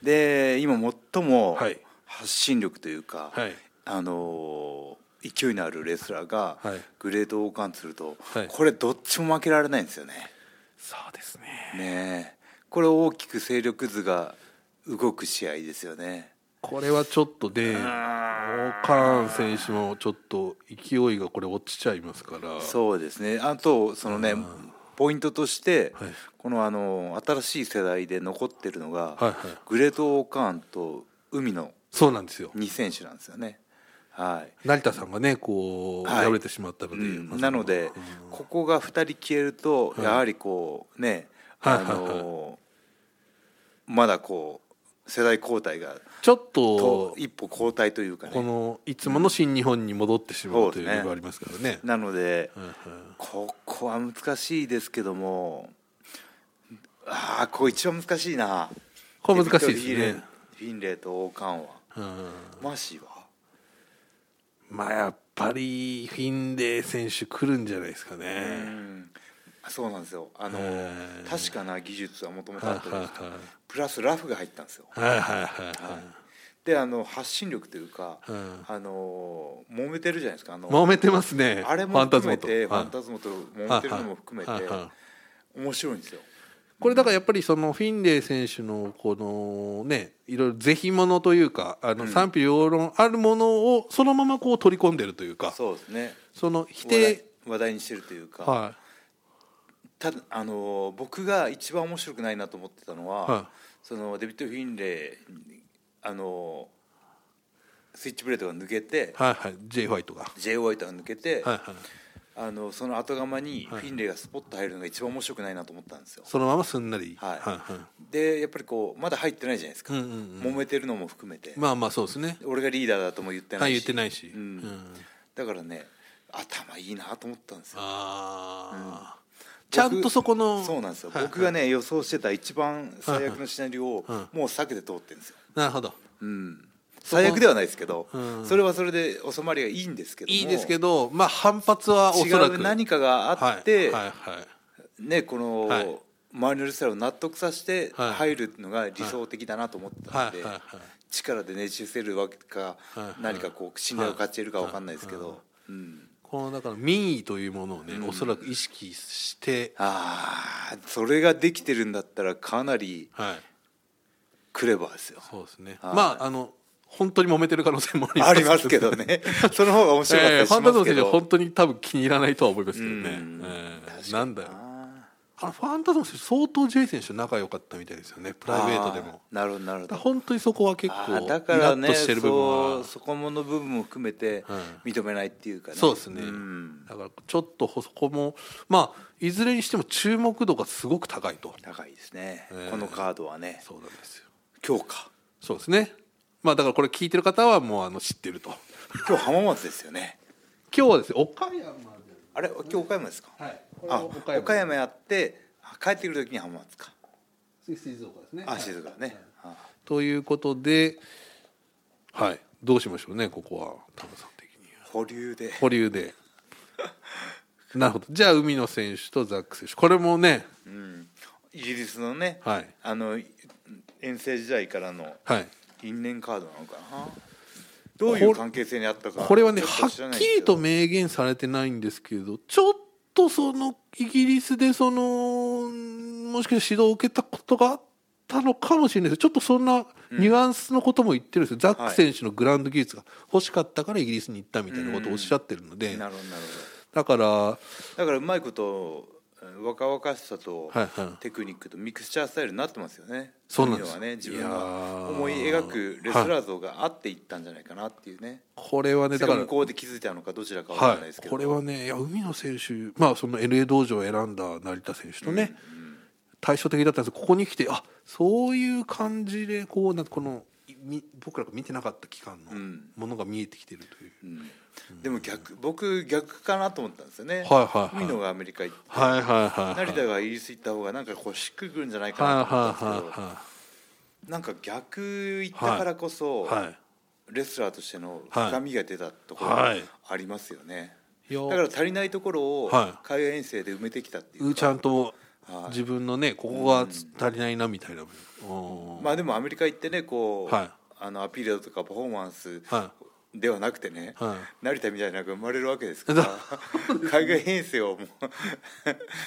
Speaker 1: で今最も
Speaker 2: はい
Speaker 1: 発信力というか
Speaker 2: はい
Speaker 1: あのー勢いのあるレスラーが
Speaker 2: はい
Speaker 1: グレードを換すると
Speaker 2: はい
Speaker 1: これどっちも負けられないんですよね。
Speaker 2: そうですね
Speaker 1: ねえこれ大きく勢力図が動く試合ですよね。
Speaker 2: これはちょっとで、ね、王冠選手もちょっと勢いがこれ落ちちゃいますから
Speaker 1: そうですねあとそのねポイントとして、
Speaker 2: はい
Speaker 1: このあの新しい世代で残ってるのが、
Speaker 2: はいはい
Speaker 1: グレート・オーカーンと海の
Speaker 2: そうなんですよ
Speaker 1: 2選手なんですよね。はい
Speaker 2: 成田さんがねこう、
Speaker 1: はい
Speaker 2: 敗れてしまったので、
Speaker 1: うん
Speaker 2: まさ
Speaker 1: な
Speaker 2: か
Speaker 1: ので、ここが2人消えると、やはりこうね、
Speaker 2: は
Speaker 1: あ
Speaker 2: い
Speaker 1: のまだこう世代交代が
Speaker 2: ちょっ
Speaker 1: と
Speaker 2: と
Speaker 1: 一歩後退というか
Speaker 2: こ
Speaker 1: ね
Speaker 2: のいつもの新日本に戻ってしまうとい
Speaker 1: そう
Speaker 2: う
Speaker 1: ですね
Speaker 2: のがありますからね。
Speaker 1: なので
Speaker 2: うんうん
Speaker 1: ここは難しいですけどもああここ一番難しいな
Speaker 2: これ難しいです
Speaker 1: ビクトリーフィンレイ
Speaker 2: ね。
Speaker 1: フィンレイと王冠は
Speaker 2: うん
Speaker 1: マシーは
Speaker 2: まあやっぱりフィンレイ選手来るんじゃないですか
Speaker 1: う
Speaker 2: ね。
Speaker 1: んそうなんですよあの
Speaker 2: うん
Speaker 1: 確かな技術は求めたっ
Speaker 2: はい
Speaker 1: た
Speaker 2: は
Speaker 1: ん
Speaker 2: い
Speaker 1: ですけどプラスラフが入ったんですよ
Speaker 2: はいはいはいは
Speaker 1: であの発信力というか、
Speaker 2: うん
Speaker 1: あの揉めてるじゃないですかあの
Speaker 2: い。揉めてますね。
Speaker 1: あれも含めてフ
Speaker 2: ファ
Speaker 1: ァ
Speaker 2: ン
Speaker 1: ン
Speaker 2: タ
Speaker 1: タ
Speaker 2: ズ
Speaker 1: ズモと
Speaker 2: モ
Speaker 1: 揉
Speaker 2: と
Speaker 1: めてるのも含め
Speaker 2: はい
Speaker 1: て
Speaker 2: はいはいはい
Speaker 1: 面白いんですよ。
Speaker 2: これだからやっぱりそのフィンレイ選手のこのねいろいろ是非ものというかあの賛否両論あるものをそのままこう取り込んでるというか
Speaker 1: そうですね
Speaker 2: その否
Speaker 1: 話題
Speaker 2: 定
Speaker 1: 話題にしてるというか、
Speaker 2: は
Speaker 1: ただあの僕が一番面白くないなと思ってたのは、
Speaker 2: は
Speaker 1: そのデビッド・フィンレイあのスイッチブレードが抜けて
Speaker 2: い、はいはい J ファイトがは
Speaker 1: J ・ワイトが抜けて、
Speaker 2: いはい
Speaker 1: あのその後釜にフィンレイがスポッと入るのが一番面白くないなと思ったんですよ。
Speaker 2: そのまますんなり
Speaker 1: はい
Speaker 2: はいはい
Speaker 1: でやっぱりこうまだ入ってないじゃないですか、
Speaker 2: うんうんうん
Speaker 1: 揉めてるのも含めて、
Speaker 2: まあまあそうですね
Speaker 1: 俺がリーダーだとも言ってな
Speaker 2: はいい
Speaker 1: し
Speaker 2: 言ってないし、
Speaker 1: うんだからね頭いいなと思ったんですよ
Speaker 2: ああ、
Speaker 1: 僕
Speaker 2: ちゃんとそこの
Speaker 1: そうなんですよ、
Speaker 2: はい
Speaker 1: 僕がね予想してた一番最悪のシナリオを
Speaker 2: はいは
Speaker 1: もう避けて通ってるんですよ、
Speaker 2: なるほど
Speaker 1: うん、最悪ではないですけど、
Speaker 2: うん
Speaker 1: それはそれで収まりがいいんですけども
Speaker 2: いいですけどまあ反発はお
Speaker 1: 違
Speaker 2: そらく
Speaker 1: う何かがあって、
Speaker 2: はいはいはい
Speaker 1: ねこの、
Speaker 2: はい
Speaker 1: 周りの人らを納得させて
Speaker 2: はい
Speaker 1: 入るのが理想的だなと思ってたんで、
Speaker 2: はいはいはい
Speaker 1: 力でねじ伏せるわけか、
Speaker 2: はいはい
Speaker 1: 何かこう信頼を勝ち得るか分かんないですけど、うん、
Speaker 2: このだから民意というものをね、おそらく意識して、
Speaker 1: ああそれができてるんだったらかなり
Speaker 2: はい、
Speaker 1: クレバーですよ
Speaker 2: そうですね、
Speaker 1: はい
Speaker 2: まああの本当に揉めてる可能性も
Speaker 1: あ
Speaker 2: あ
Speaker 1: り
Speaker 2: り
Speaker 1: ま
Speaker 2: ますす
Speaker 1: け
Speaker 2: ど
Speaker 1: どねその方が面白かった
Speaker 2: ええ
Speaker 1: り
Speaker 2: ファ
Speaker 1: し
Speaker 2: ン
Speaker 1: ま
Speaker 2: タズ
Speaker 1: す
Speaker 2: ム
Speaker 1: け
Speaker 2: 選手は
Speaker 1: ど
Speaker 2: 本当に多分気に入らないとは思いますけどね、
Speaker 1: うん
Speaker 2: ええ
Speaker 1: 確か
Speaker 2: なんだよ
Speaker 1: あ
Speaker 2: あのファンタズム選手相当 J 選手仲良かったみたいですよねプ
Speaker 1: ー
Speaker 2: ライベートでも
Speaker 1: あーなるほどなるほ
Speaker 2: だから
Speaker 1: ど
Speaker 2: 本当にそこは結
Speaker 1: あ
Speaker 2: 構
Speaker 1: ー
Speaker 2: イ
Speaker 1: だ
Speaker 2: ラ
Speaker 1: から
Speaker 2: ッ
Speaker 1: ね
Speaker 2: としてる部分は、
Speaker 1: そうそこもの部分も含めて
Speaker 2: うん
Speaker 1: 認めないっていうかね、
Speaker 2: そうですね、
Speaker 1: ん
Speaker 2: だからちょっとそこもまあいずれにしても注目度がすごく高いと
Speaker 1: 高いですね、
Speaker 2: ええ
Speaker 1: このカードはね
Speaker 2: そうなんですよ
Speaker 1: 今日か
Speaker 2: そうですねまあだからこれ聞いてる方はもうあの知ってると
Speaker 1: 今日浜松ですよね
Speaker 2: 今日はですね岡山で
Speaker 1: あれ今日岡山ですか、
Speaker 2: はいこれ
Speaker 1: あ
Speaker 2: は
Speaker 1: 岡山やってあ帰ってくる時に浜松か
Speaker 2: 次静岡ですね
Speaker 1: あ静岡だね、あー
Speaker 2: ということではいどうしましょうねここは田村さん的に
Speaker 1: 保留で
Speaker 2: 保
Speaker 1: [LAUGHS]
Speaker 2: 留でなるほどじゃあ海野選手とザック選手これもね
Speaker 1: うんイギリスのね、
Speaker 2: はい
Speaker 1: あの遠征時代からの
Speaker 2: はい
Speaker 1: 因縁カードなのかなどういう関係性にあったか
Speaker 2: これはね
Speaker 1: ちょ
Speaker 2: は
Speaker 1: と知ら
Speaker 2: っ
Speaker 1: ないん
Speaker 2: き
Speaker 1: ですけ
Speaker 2: り
Speaker 1: ど
Speaker 2: と明言されてないんですけどちょっとそのイギリスでそのもしかして指導を受けたことがあったのかもしれないですちょっとそんなニュアンスのことも言ってるんですよ、ザック選手のグラウンド技術が欲しかったからイギリスに行ったみたいなことをおっしゃってるので、
Speaker 1: なるほどなる
Speaker 2: だから
Speaker 1: ほどだからうまいことうん若々しさと
Speaker 2: はいはい
Speaker 1: テクニックとミクスチャースタイルになってますよね
Speaker 2: そうなんです
Speaker 1: そういうのはね自分
Speaker 2: いや
Speaker 1: が
Speaker 2: ー
Speaker 1: 思い描くレスラー像があっていったんじゃないかなっていうね
Speaker 2: これはね
Speaker 1: そ
Speaker 2: だ
Speaker 1: れ
Speaker 2: か
Speaker 1: が
Speaker 2: ら
Speaker 1: 向こうで気づいたのかどちらかわからない
Speaker 2: は
Speaker 1: です
Speaker 2: い、
Speaker 1: けど、
Speaker 2: これはねいや海野選手、まあ、その LA 道場を選んだ成田選手とね、対照的だったんですここに来てあそういう感じでこうなんかこのいみ僕らが見てなかった期間の
Speaker 1: ん
Speaker 2: ものが見えてきてるという、
Speaker 1: でも逆僕逆かなと思ったんですよね、
Speaker 2: はいはいはい
Speaker 1: 海野がアメリカ行って
Speaker 2: はいはいはい
Speaker 1: 成
Speaker 2: はいはい
Speaker 1: 田がイギリス行った方がなんかこうしっくりくるんじゃないかなと思ったんですけど、
Speaker 2: はいは
Speaker 1: なんか逆行ったからこそ、
Speaker 2: いはい
Speaker 1: レスラーとしての深みが出たところが
Speaker 2: はい
Speaker 1: ありますよね、
Speaker 2: いや
Speaker 1: だから足りないところを
Speaker 2: は
Speaker 1: 海外遠征で埋めてきたっていうう
Speaker 2: ーち
Speaker 1: か、
Speaker 2: ゃんと
Speaker 1: はい
Speaker 2: 自分のねここがつ足りないなみたいな、うん
Speaker 1: まあでもアメリカ行ってねこう、
Speaker 2: はい
Speaker 1: あのアピールだとかパフォーマンス
Speaker 2: は
Speaker 1: ではなくてね、
Speaker 2: はい
Speaker 1: 成田みたいなのが生まれるわけですから海外遠征をもう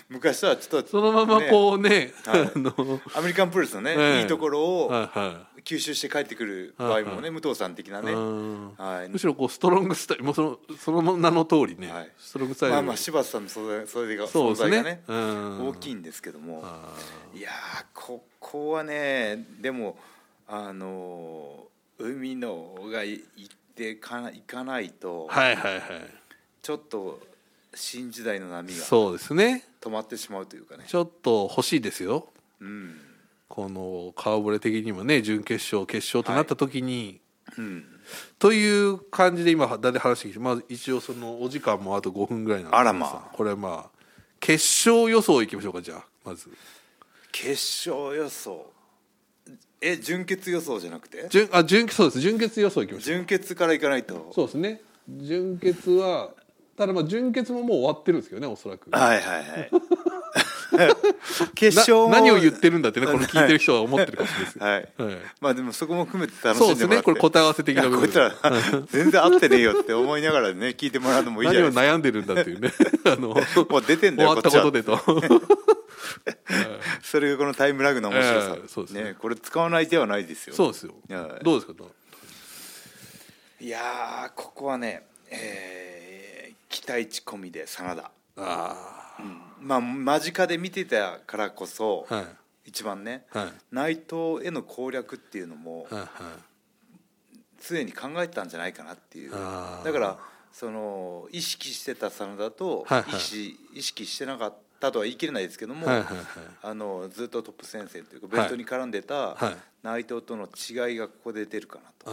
Speaker 1: 昔とはちょっと
Speaker 2: そのままこうね
Speaker 1: はい
Speaker 2: あの
Speaker 1: アメリカンプロレスのね、
Speaker 2: ええ
Speaker 1: いいところを
Speaker 2: はいはい
Speaker 1: 吸収して帰ってくる場合もね、武藤さん的なね、
Speaker 2: うん
Speaker 1: はい
Speaker 2: むしろこうストロングスタイルもうそのその名の通りね、
Speaker 1: はい
Speaker 2: ストロングスタイル
Speaker 1: まあまあ柴田さんの存在それが存
Speaker 2: そうです
Speaker 1: 在
Speaker 2: ね
Speaker 1: がね
Speaker 2: うん
Speaker 1: 大きいんですけども
Speaker 2: あ
Speaker 1: いやーここはねでもあのー海の方がい行ってかな行かないと、
Speaker 2: ーはいはいは
Speaker 1: ちょっと新時代の波
Speaker 2: い
Speaker 1: が
Speaker 2: そうですね
Speaker 1: 止まってしまうというかね
Speaker 2: ちょっと欲しいですよ
Speaker 1: うん
Speaker 2: この顔ぶれ的にもね準決勝決勝となった時に、
Speaker 1: うん
Speaker 2: という感じで今だんだん話してきて、まあ、一応そのお時間もあと5分ぐらいなんで
Speaker 1: あらま
Speaker 2: これまあ決勝予想いきましょうかじゃあまず
Speaker 1: 決勝予想え準決予想じゃなくて
Speaker 2: 準あ準そうです準決予想いきましょ
Speaker 1: 準決から行かないと
Speaker 2: うそうですね準決はただまあ準決ももう終わってるんですけどねおそらく
Speaker 1: はいはいはい
Speaker 2: [LAUGHS]
Speaker 1: 決勝も
Speaker 2: な何を言ってるんだってねこれ聞いてる人は思ってるかもしれないです
Speaker 1: はい
Speaker 2: はい
Speaker 1: まあでもそこも含めて楽
Speaker 2: そう
Speaker 1: し
Speaker 2: で
Speaker 1: んですもら
Speaker 2: ね
Speaker 1: って
Speaker 2: これ答え合わせ的
Speaker 1: いや
Speaker 2: な部
Speaker 1: こい
Speaker 2: 分
Speaker 1: つら全然合ってねえよって思いながらね聞いてもらうのもいいじ
Speaker 2: 何
Speaker 1: ゃな
Speaker 2: を
Speaker 1: いですか
Speaker 2: 悩んでるんだっていうね [LAUGHS] あの
Speaker 1: もう出てんだ
Speaker 2: 終
Speaker 1: よ
Speaker 2: わったことでと
Speaker 1: それがこのタイムラグの面白さ、
Speaker 2: ええそうですね
Speaker 1: ねこれ使わない手はないですよ
Speaker 2: [LAUGHS] そうですよ
Speaker 1: はい
Speaker 2: どうですか
Speaker 1: いやーここはね、えー期待値込みで真田、
Speaker 2: あ
Speaker 1: うんまあ間近で見てたからこそ、
Speaker 2: あはい
Speaker 1: 一番ね、
Speaker 2: はい
Speaker 1: 内藤への攻略っていうのも
Speaker 2: はいはい
Speaker 1: 常に考えてたんじゃないかなっていう
Speaker 2: あー
Speaker 1: だからその意識してた真田と、
Speaker 2: はいはい
Speaker 1: 意識意識してなかったとは言い切れないですけども、
Speaker 2: はいはいはい
Speaker 1: あのずっとトップ戦線というかベルトに絡んでた
Speaker 2: はい
Speaker 1: 内藤との違いがここで出るかな
Speaker 2: あ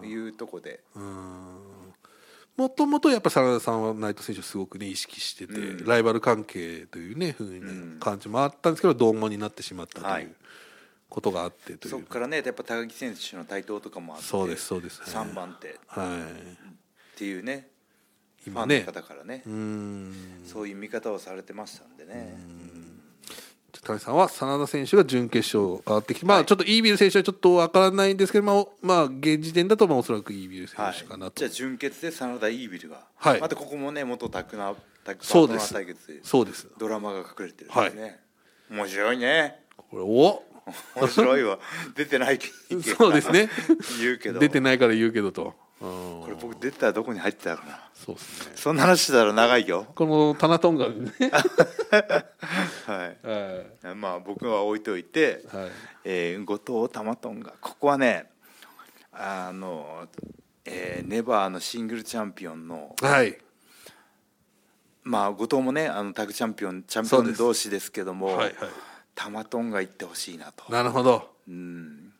Speaker 1: と
Speaker 2: あ
Speaker 1: いうところで、
Speaker 2: もともとやっぱ真田さんは内藤選手をすごくね意識してて、
Speaker 1: うん
Speaker 2: ライバル関係というねふう
Speaker 1: う
Speaker 2: なん感じもあったんですけど同門になってしまったと
Speaker 1: はいいう
Speaker 2: ことがあってという、
Speaker 1: そこからねやっぱ高木選手の台頭とかもあって
Speaker 2: そうですそうです
Speaker 1: 3番手っ
Speaker 2: はい
Speaker 1: ていうね
Speaker 2: 今ね
Speaker 1: ファンの方からね、
Speaker 2: うーん
Speaker 1: そういう見方をされてましたんでね、
Speaker 2: 谷さんは真田選手が準決勝上がってきて、まあ、ちょっとイービル選手はちょっとわからないんですけど、まあおまあ、現時点だとまあおそらくイービル選
Speaker 1: はい
Speaker 2: 手かな、と、
Speaker 1: じゃあ準決で真田イービルが、
Speaker 2: はい
Speaker 1: またここもね元タクナタク
Speaker 2: そう
Speaker 1: パート
Speaker 2: で
Speaker 1: ナ
Speaker 2: す
Speaker 1: ー対決で
Speaker 2: そうです
Speaker 1: ドラマが隠れてるんですね、面白いね
Speaker 2: これお
Speaker 1: 面白いわ [LAUGHS] 出てないけど
Speaker 2: そうですね
Speaker 1: [LAUGHS] 言うけど
Speaker 2: 出てないから言うけどと、うん
Speaker 1: これ僕出てたらどこに入ってたかな
Speaker 2: そうですね
Speaker 1: そんな話してたら長いよ
Speaker 2: このタナトンガでね
Speaker 1: は
Speaker 2: はい
Speaker 1: まあ僕は置いといて、
Speaker 2: い、はい
Speaker 1: えー、後藤玉トンがここはねあの、えーネバーのシングルチャンピオンの
Speaker 2: はい
Speaker 1: まあ後藤もねあのタグチャンピオンチャンピオ
Speaker 2: そうで
Speaker 1: ン
Speaker 2: す
Speaker 1: 同士ですけども、
Speaker 2: はいはい
Speaker 1: 玉トンが行ってほしいなと
Speaker 2: なるほど、
Speaker 1: うん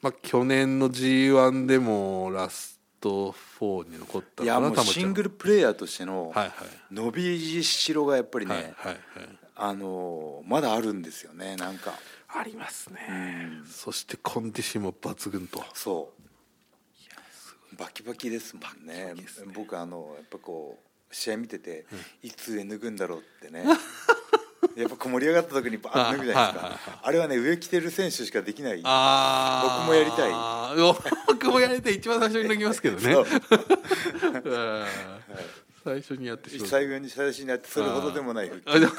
Speaker 2: まあ、去年の g 1でもラスト4に残った
Speaker 1: いやもう
Speaker 2: たまちゃん
Speaker 1: シングルプレーヤーとしての
Speaker 2: はいはい
Speaker 1: 伸びしろがやっぱりね、
Speaker 2: はいはいはい
Speaker 1: あのまだあるんですよねなんか
Speaker 2: ありますねそしてコンディションも抜群と
Speaker 1: そうバキバキですもんね僕あのやっぱこう試合見てて、いつ上脱ぐんだろうってね [LAUGHS] やっぱこう盛り上がった時にバーッと脱ぐじゃないです
Speaker 2: はいはい
Speaker 1: かあれはね上着てる選手しかできない
Speaker 2: あー
Speaker 1: 僕もやりたい
Speaker 2: [LAUGHS] 僕もやりたい一番最初に脱ぎますけどね
Speaker 1: そう
Speaker 2: うん最初にやってしまう
Speaker 1: 最後に最初にやってそれほどでもない復帰
Speaker 2: あでも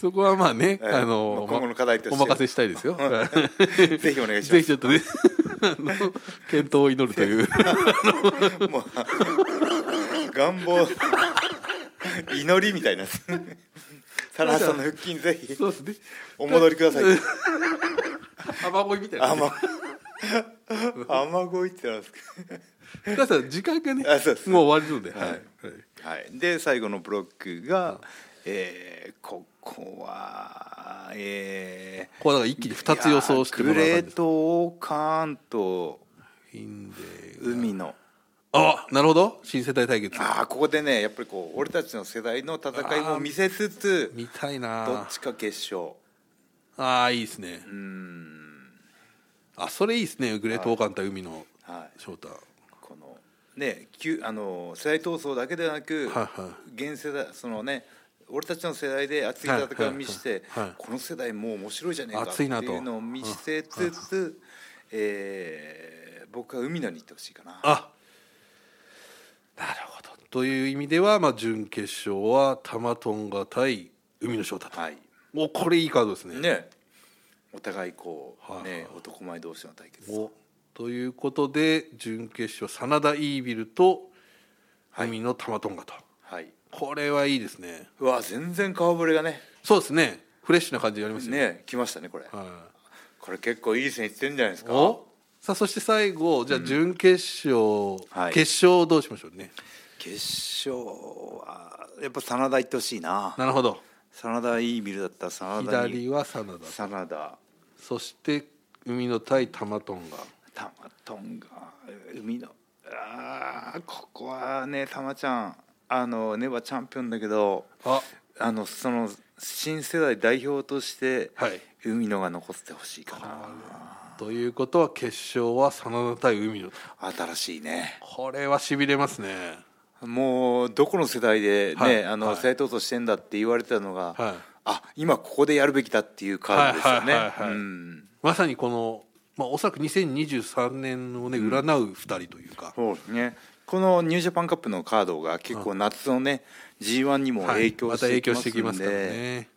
Speaker 2: そこはまあね、
Speaker 1: はい
Speaker 2: あ
Speaker 1: ま
Speaker 2: の
Speaker 1: あ今後の課題として
Speaker 2: お任せしたい
Speaker 1: [LAUGHS]
Speaker 2: ですよ
Speaker 1: ぜひお願いしま
Speaker 2: ぜひ
Speaker 1: す
Speaker 2: ちょっとねあの健闘を祈る
Speaker 1: [LAUGHS]
Speaker 2: という
Speaker 1: もう願望祈りみたいなサラさんの腹筋ぜひ
Speaker 2: そうですね
Speaker 1: お戻りください
Speaker 2: 雨乞いみたいな
Speaker 1: 雨雨乞いってなんですか
Speaker 2: だから時間がね
Speaker 1: あそうです
Speaker 2: もう終わるので、は
Speaker 1: は
Speaker 2: い
Speaker 1: いはい、で最後のブロックが、えーここは、え
Speaker 2: ここはだから一気に2つ予想してもら
Speaker 1: いや
Speaker 2: う
Speaker 1: ーグレートオーカーンと
Speaker 2: いいんで
Speaker 1: 海の
Speaker 2: あなるほど新世代対決
Speaker 1: ああここでねやっぱりこう俺たちの世代の戦いも見せつつ
Speaker 2: 見た
Speaker 1: ど
Speaker 2: いな
Speaker 1: っちか決勝
Speaker 2: ああいいですね
Speaker 1: うん
Speaker 2: あそれいいですねグレートオーカン対海の
Speaker 1: はい
Speaker 2: 翔太
Speaker 1: このね旧あの世代闘争だけではなく、
Speaker 2: はいは
Speaker 1: 現世代そのね俺たちの世代で熱い戦いを見せて、
Speaker 2: はいはいはい
Speaker 1: この世代もう面白いじゃねえかって
Speaker 2: 熱いなと
Speaker 1: いうのを見せつつ、えー僕は海野に行ってほしいかな。
Speaker 2: あなるほどという意味では、まあ、準決勝は玉トンガ対海の翔太と、
Speaker 1: はい、
Speaker 2: おこれいいカードですね
Speaker 1: ねお互いこう、
Speaker 2: はいはい
Speaker 1: ね男前同士の対決
Speaker 2: おということで準決勝真田イービルと海の玉トンガと、
Speaker 1: はい
Speaker 2: これはいいですね
Speaker 1: うわ全然顔ぶれがね
Speaker 2: そうですねフレッシュな感じでやりますよね、
Speaker 1: ね来ましたねこれ
Speaker 2: は
Speaker 1: これ結構いい線いってるんじゃないです
Speaker 2: い、
Speaker 1: か
Speaker 2: おさあそして最後じゃあ準決勝、
Speaker 1: はい
Speaker 2: 決勝どうしましょうね
Speaker 1: 決勝はやっぱ真田行ってほしいな
Speaker 2: なるほど
Speaker 1: 真田いいビルだったら真田に
Speaker 2: 左は真田
Speaker 1: 真田
Speaker 2: そして海の対玉トンガ
Speaker 1: タマトンガ海のあーここはねタマちゃんあのネバチャンピオンだけど
Speaker 2: あ
Speaker 1: あのその新世代代表として、
Speaker 2: はい
Speaker 1: 海野が残ってほしいか
Speaker 2: ということは決勝は真田対海野と
Speaker 1: な新しいね
Speaker 2: これはしびれますね
Speaker 1: もうどこの世代でね、
Speaker 2: はい
Speaker 1: あの
Speaker 2: はい
Speaker 1: 再投としてんだって言われてたのが、
Speaker 2: はい
Speaker 1: あ今ここでやるべきだっていうカードですよね、
Speaker 2: はいはいはいはい
Speaker 1: うん
Speaker 2: まさにこの、まあ、おそらく2023年をね占う2人というか、
Speaker 1: そうですねこのニュージャパンカップのカードが結構夏のね g 1にも
Speaker 2: は
Speaker 1: 影
Speaker 2: い
Speaker 1: 響
Speaker 2: ま
Speaker 1: したて
Speaker 2: 影
Speaker 1: いきま
Speaker 2: 響し
Speaker 1: す
Speaker 2: てきます
Speaker 1: ん
Speaker 2: から
Speaker 1: で
Speaker 2: ね、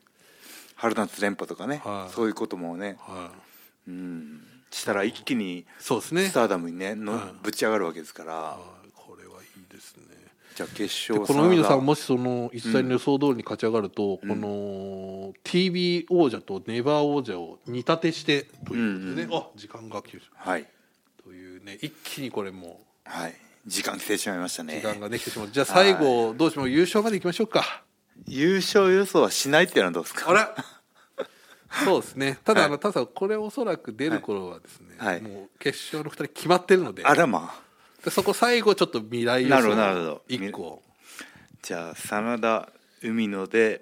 Speaker 1: 春夏連覇とかね、
Speaker 2: はい
Speaker 1: そういうこともね、
Speaker 2: はい、
Speaker 1: うん、したら一気に
Speaker 2: そうですね
Speaker 1: スターダムにねの
Speaker 2: はい
Speaker 1: ぶち上がるわけですから、
Speaker 2: はいこれはいいですね
Speaker 1: じゃあ決勝
Speaker 2: でこの海野さん
Speaker 1: も
Speaker 2: もしその一切の予想通りに勝ち上がると、この TB 王者とネバー王者を煮立てしてということでね、あ時間が来て
Speaker 1: はい
Speaker 2: というね一気にこれも
Speaker 1: はい時間来てしまいました
Speaker 2: う時
Speaker 1: ね
Speaker 2: 間ができてしまう、じゃあ最後どうしても優勝までいきましょうか
Speaker 1: 優勝予想はしないっていうのはどうですか
Speaker 2: あらそうですねただ、
Speaker 1: はい
Speaker 2: あの田さんこれおそらく出る頃はですね、
Speaker 1: はい
Speaker 2: もう決勝の2人決まってるので
Speaker 1: あらまあ
Speaker 2: でそこ最後ちょっと未来予
Speaker 1: なるほどなるほ
Speaker 2: 想
Speaker 1: ど
Speaker 2: 1個
Speaker 1: じゃあ真田海野で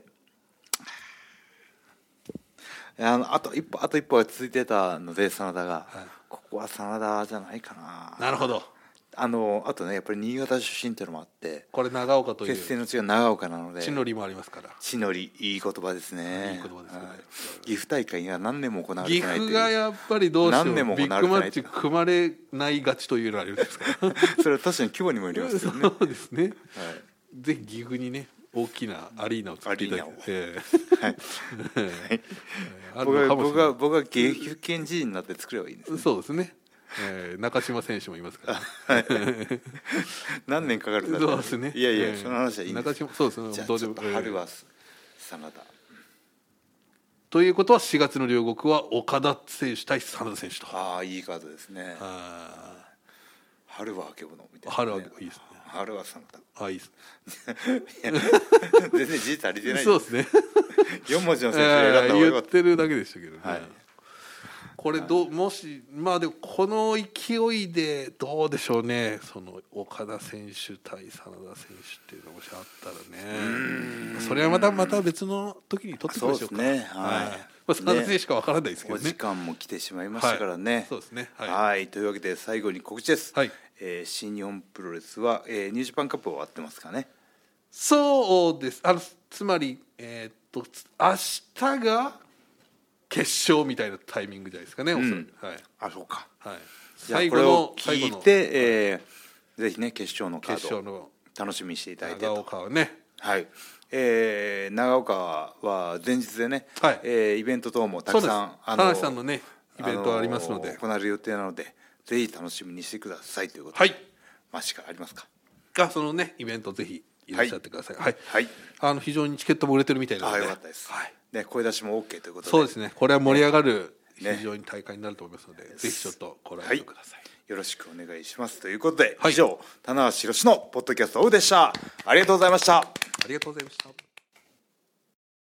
Speaker 1: あのあと一歩あと一歩が続いてたので真田が、
Speaker 2: はい
Speaker 1: ここは真田じゃないかな
Speaker 2: なるほど
Speaker 1: あのあとねやっぱり新潟出身っていうのもあって
Speaker 2: これ長岡とい
Speaker 1: 決戦
Speaker 2: う
Speaker 1: の地が長岡なので
Speaker 2: 地の利もありますから
Speaker 1: 地の利いい言葉ですね
Speaker 2: いい言葉ですね
Speaker 1: はい岐阜大会が何年も行われ
Speaker 2: 岐
Speaker 1: てないと
Speaker 2: 阜
Speaker 1: いう
Speaker 2: がやっぱりどうして
Speaker 1: 何年
Speaker 2: も
Speaker 1: も
Speaker 2: ビ
Speaker 1: 行わ
Speaker 2: ッ
Speaker 1: れて
Speaker 2: グマ
Speaker 1: ない
Speaker 2: ッチ組まれないがちというのはありますから
Speaker 1: [LAUGHS] [LAUGHS] それは確かに規模にもよりますよね、
Speaker 2: [LAUGHS] そうですね
Speaker 1: はい
Speaker 2: ぜひ岐阜にね大きなアリーナを作っていただきたいえ
Speaker 1: はい
Speaker 2: [LAUGHS] えある
Speaker 1: 僕
Speaker 2: の
Speaker 1: は
Speaker 2: かもし
Speaker 1: 僕
Speaker 2: れない
Speaker 1: は僕は岐阜県知事になって作ればいいんです
Speaker 2: そうですね、えー中島選手もいますから、
Speaker 1: 何年かかるかって
Speaker 2: [LAUGHS] そうですね
Speaker 1: いやいや、
Speaker 2: えー
Speaker 1: その話はいいんです
Speaker 2: 中島そうですね
Speaker 1: じゃあ
Speaker 2: どう
Speaker 1: ち
Speaker 2: で
Speaker 1: ょっ
Speaker 2: も
Speaker 1: と
Speaker 2: えー
Speaker 1: 春は真田
Speaker 2: ということは4月の両国は岡田選手対真田選手と
Speaker 1: ああいいカードですね
Speaker 2: あ
Speaker 1: 春はあけぼのみたいな、
Speaker 2: 春はいいですね
Speaker 1: 春は真
Speaker 2: [LAUGHS] ーあいいです
Speaker 1: 田いや全然字足りてな
Speaker 2: ね
Speaker 1: い
Speaker 2: そうですね
Speaker 1: 四文字の選手選んだ方がよ
Speaker 2: 言
Speaker 1: か
Speaker 2: っ
Speaker 1: って
Speaker 2: るだけでしたけどね、
Speaker 1: はい
Speaker 2: これどうもしまあでもこの勢いでどうでしょうねその岡田選手対真田選手っていうのがもしあったらねそれはまたまた別の時に取ってきましょうか
Speaker 1: そうですねはい
Speaker 2: まあ、真田選手しかわからないです
Speaker 1: た
Speaker 2: けど
Speaker 1: お
Speaker 2: ね
Speaker 1: 時間も来てしまいましたからね、
Speaker 2: はいそうですね
Speaker 1: は
Speaker 2: はいい、
Speaker 1: というわけで最後に告知です、
Speaker 2: はい
Speaker 1: えー新日本プロレスは、えー、ニュージパンカップ終わってますかね
Speaker 2: そうですあのつまりえーっとつ明日が決勝みたいなタイミングじゃないですかね、おそらくはい
Speaker 1: あそうか
Speaker 2: はい、
Speaker 1: じゃあこれを聞い
Speaker 2: の
Speaker 1: て、えーぜひね決勝のカ
Speaker 2: 決
Speaker 1: ー
Speaker 2: 勝
Speaker 1: ドを
Speaker 2: の
Speaker 1: 楽しみにしていただいて
Speaker 2: 長
Speaker 1: と
Speaker 2: 岡はね
Speaker 1: はい、えー長岡は前日でね、
Speaker 2: はい
Speaker 1: えーイベント等もた
Speaker 2: そう
Speaker 1: く
Speaker 2: です
Speaker 1: さん
Speaker 2: 田中さんのねイベントありますので、
Speaker 1: あのー行われる予定なのでぜひ楽しみにしてくださいということ
Speaker 2: はい
Speaker 1: まあしかありますか
Speaker 2: がそのねイベントぜひいらっしゃってくださいはい、
Speaker 1: はい
Speaker 2: あの非常にチケットも売れてるみたいなの
Speaker 1: あ
Speaker 2: で
Speaker 1: あよかったです、
Speaker 2: はい、
Speaker 1: ね、声出しも OK ということで
Speaker 2: そうですねこれは盛り上がる
Speaker 1: ね
Speaker 2: 非常に大会になると思いますので、ぜひちょっとご覧ください、
Speaker 1: よろしくお願いしますということで、
Speaker 2: はい
Speaker 1: 以上棚橋宏のポッドキャストオフでしたありがとうございました
Speaker 2: ありがとうございました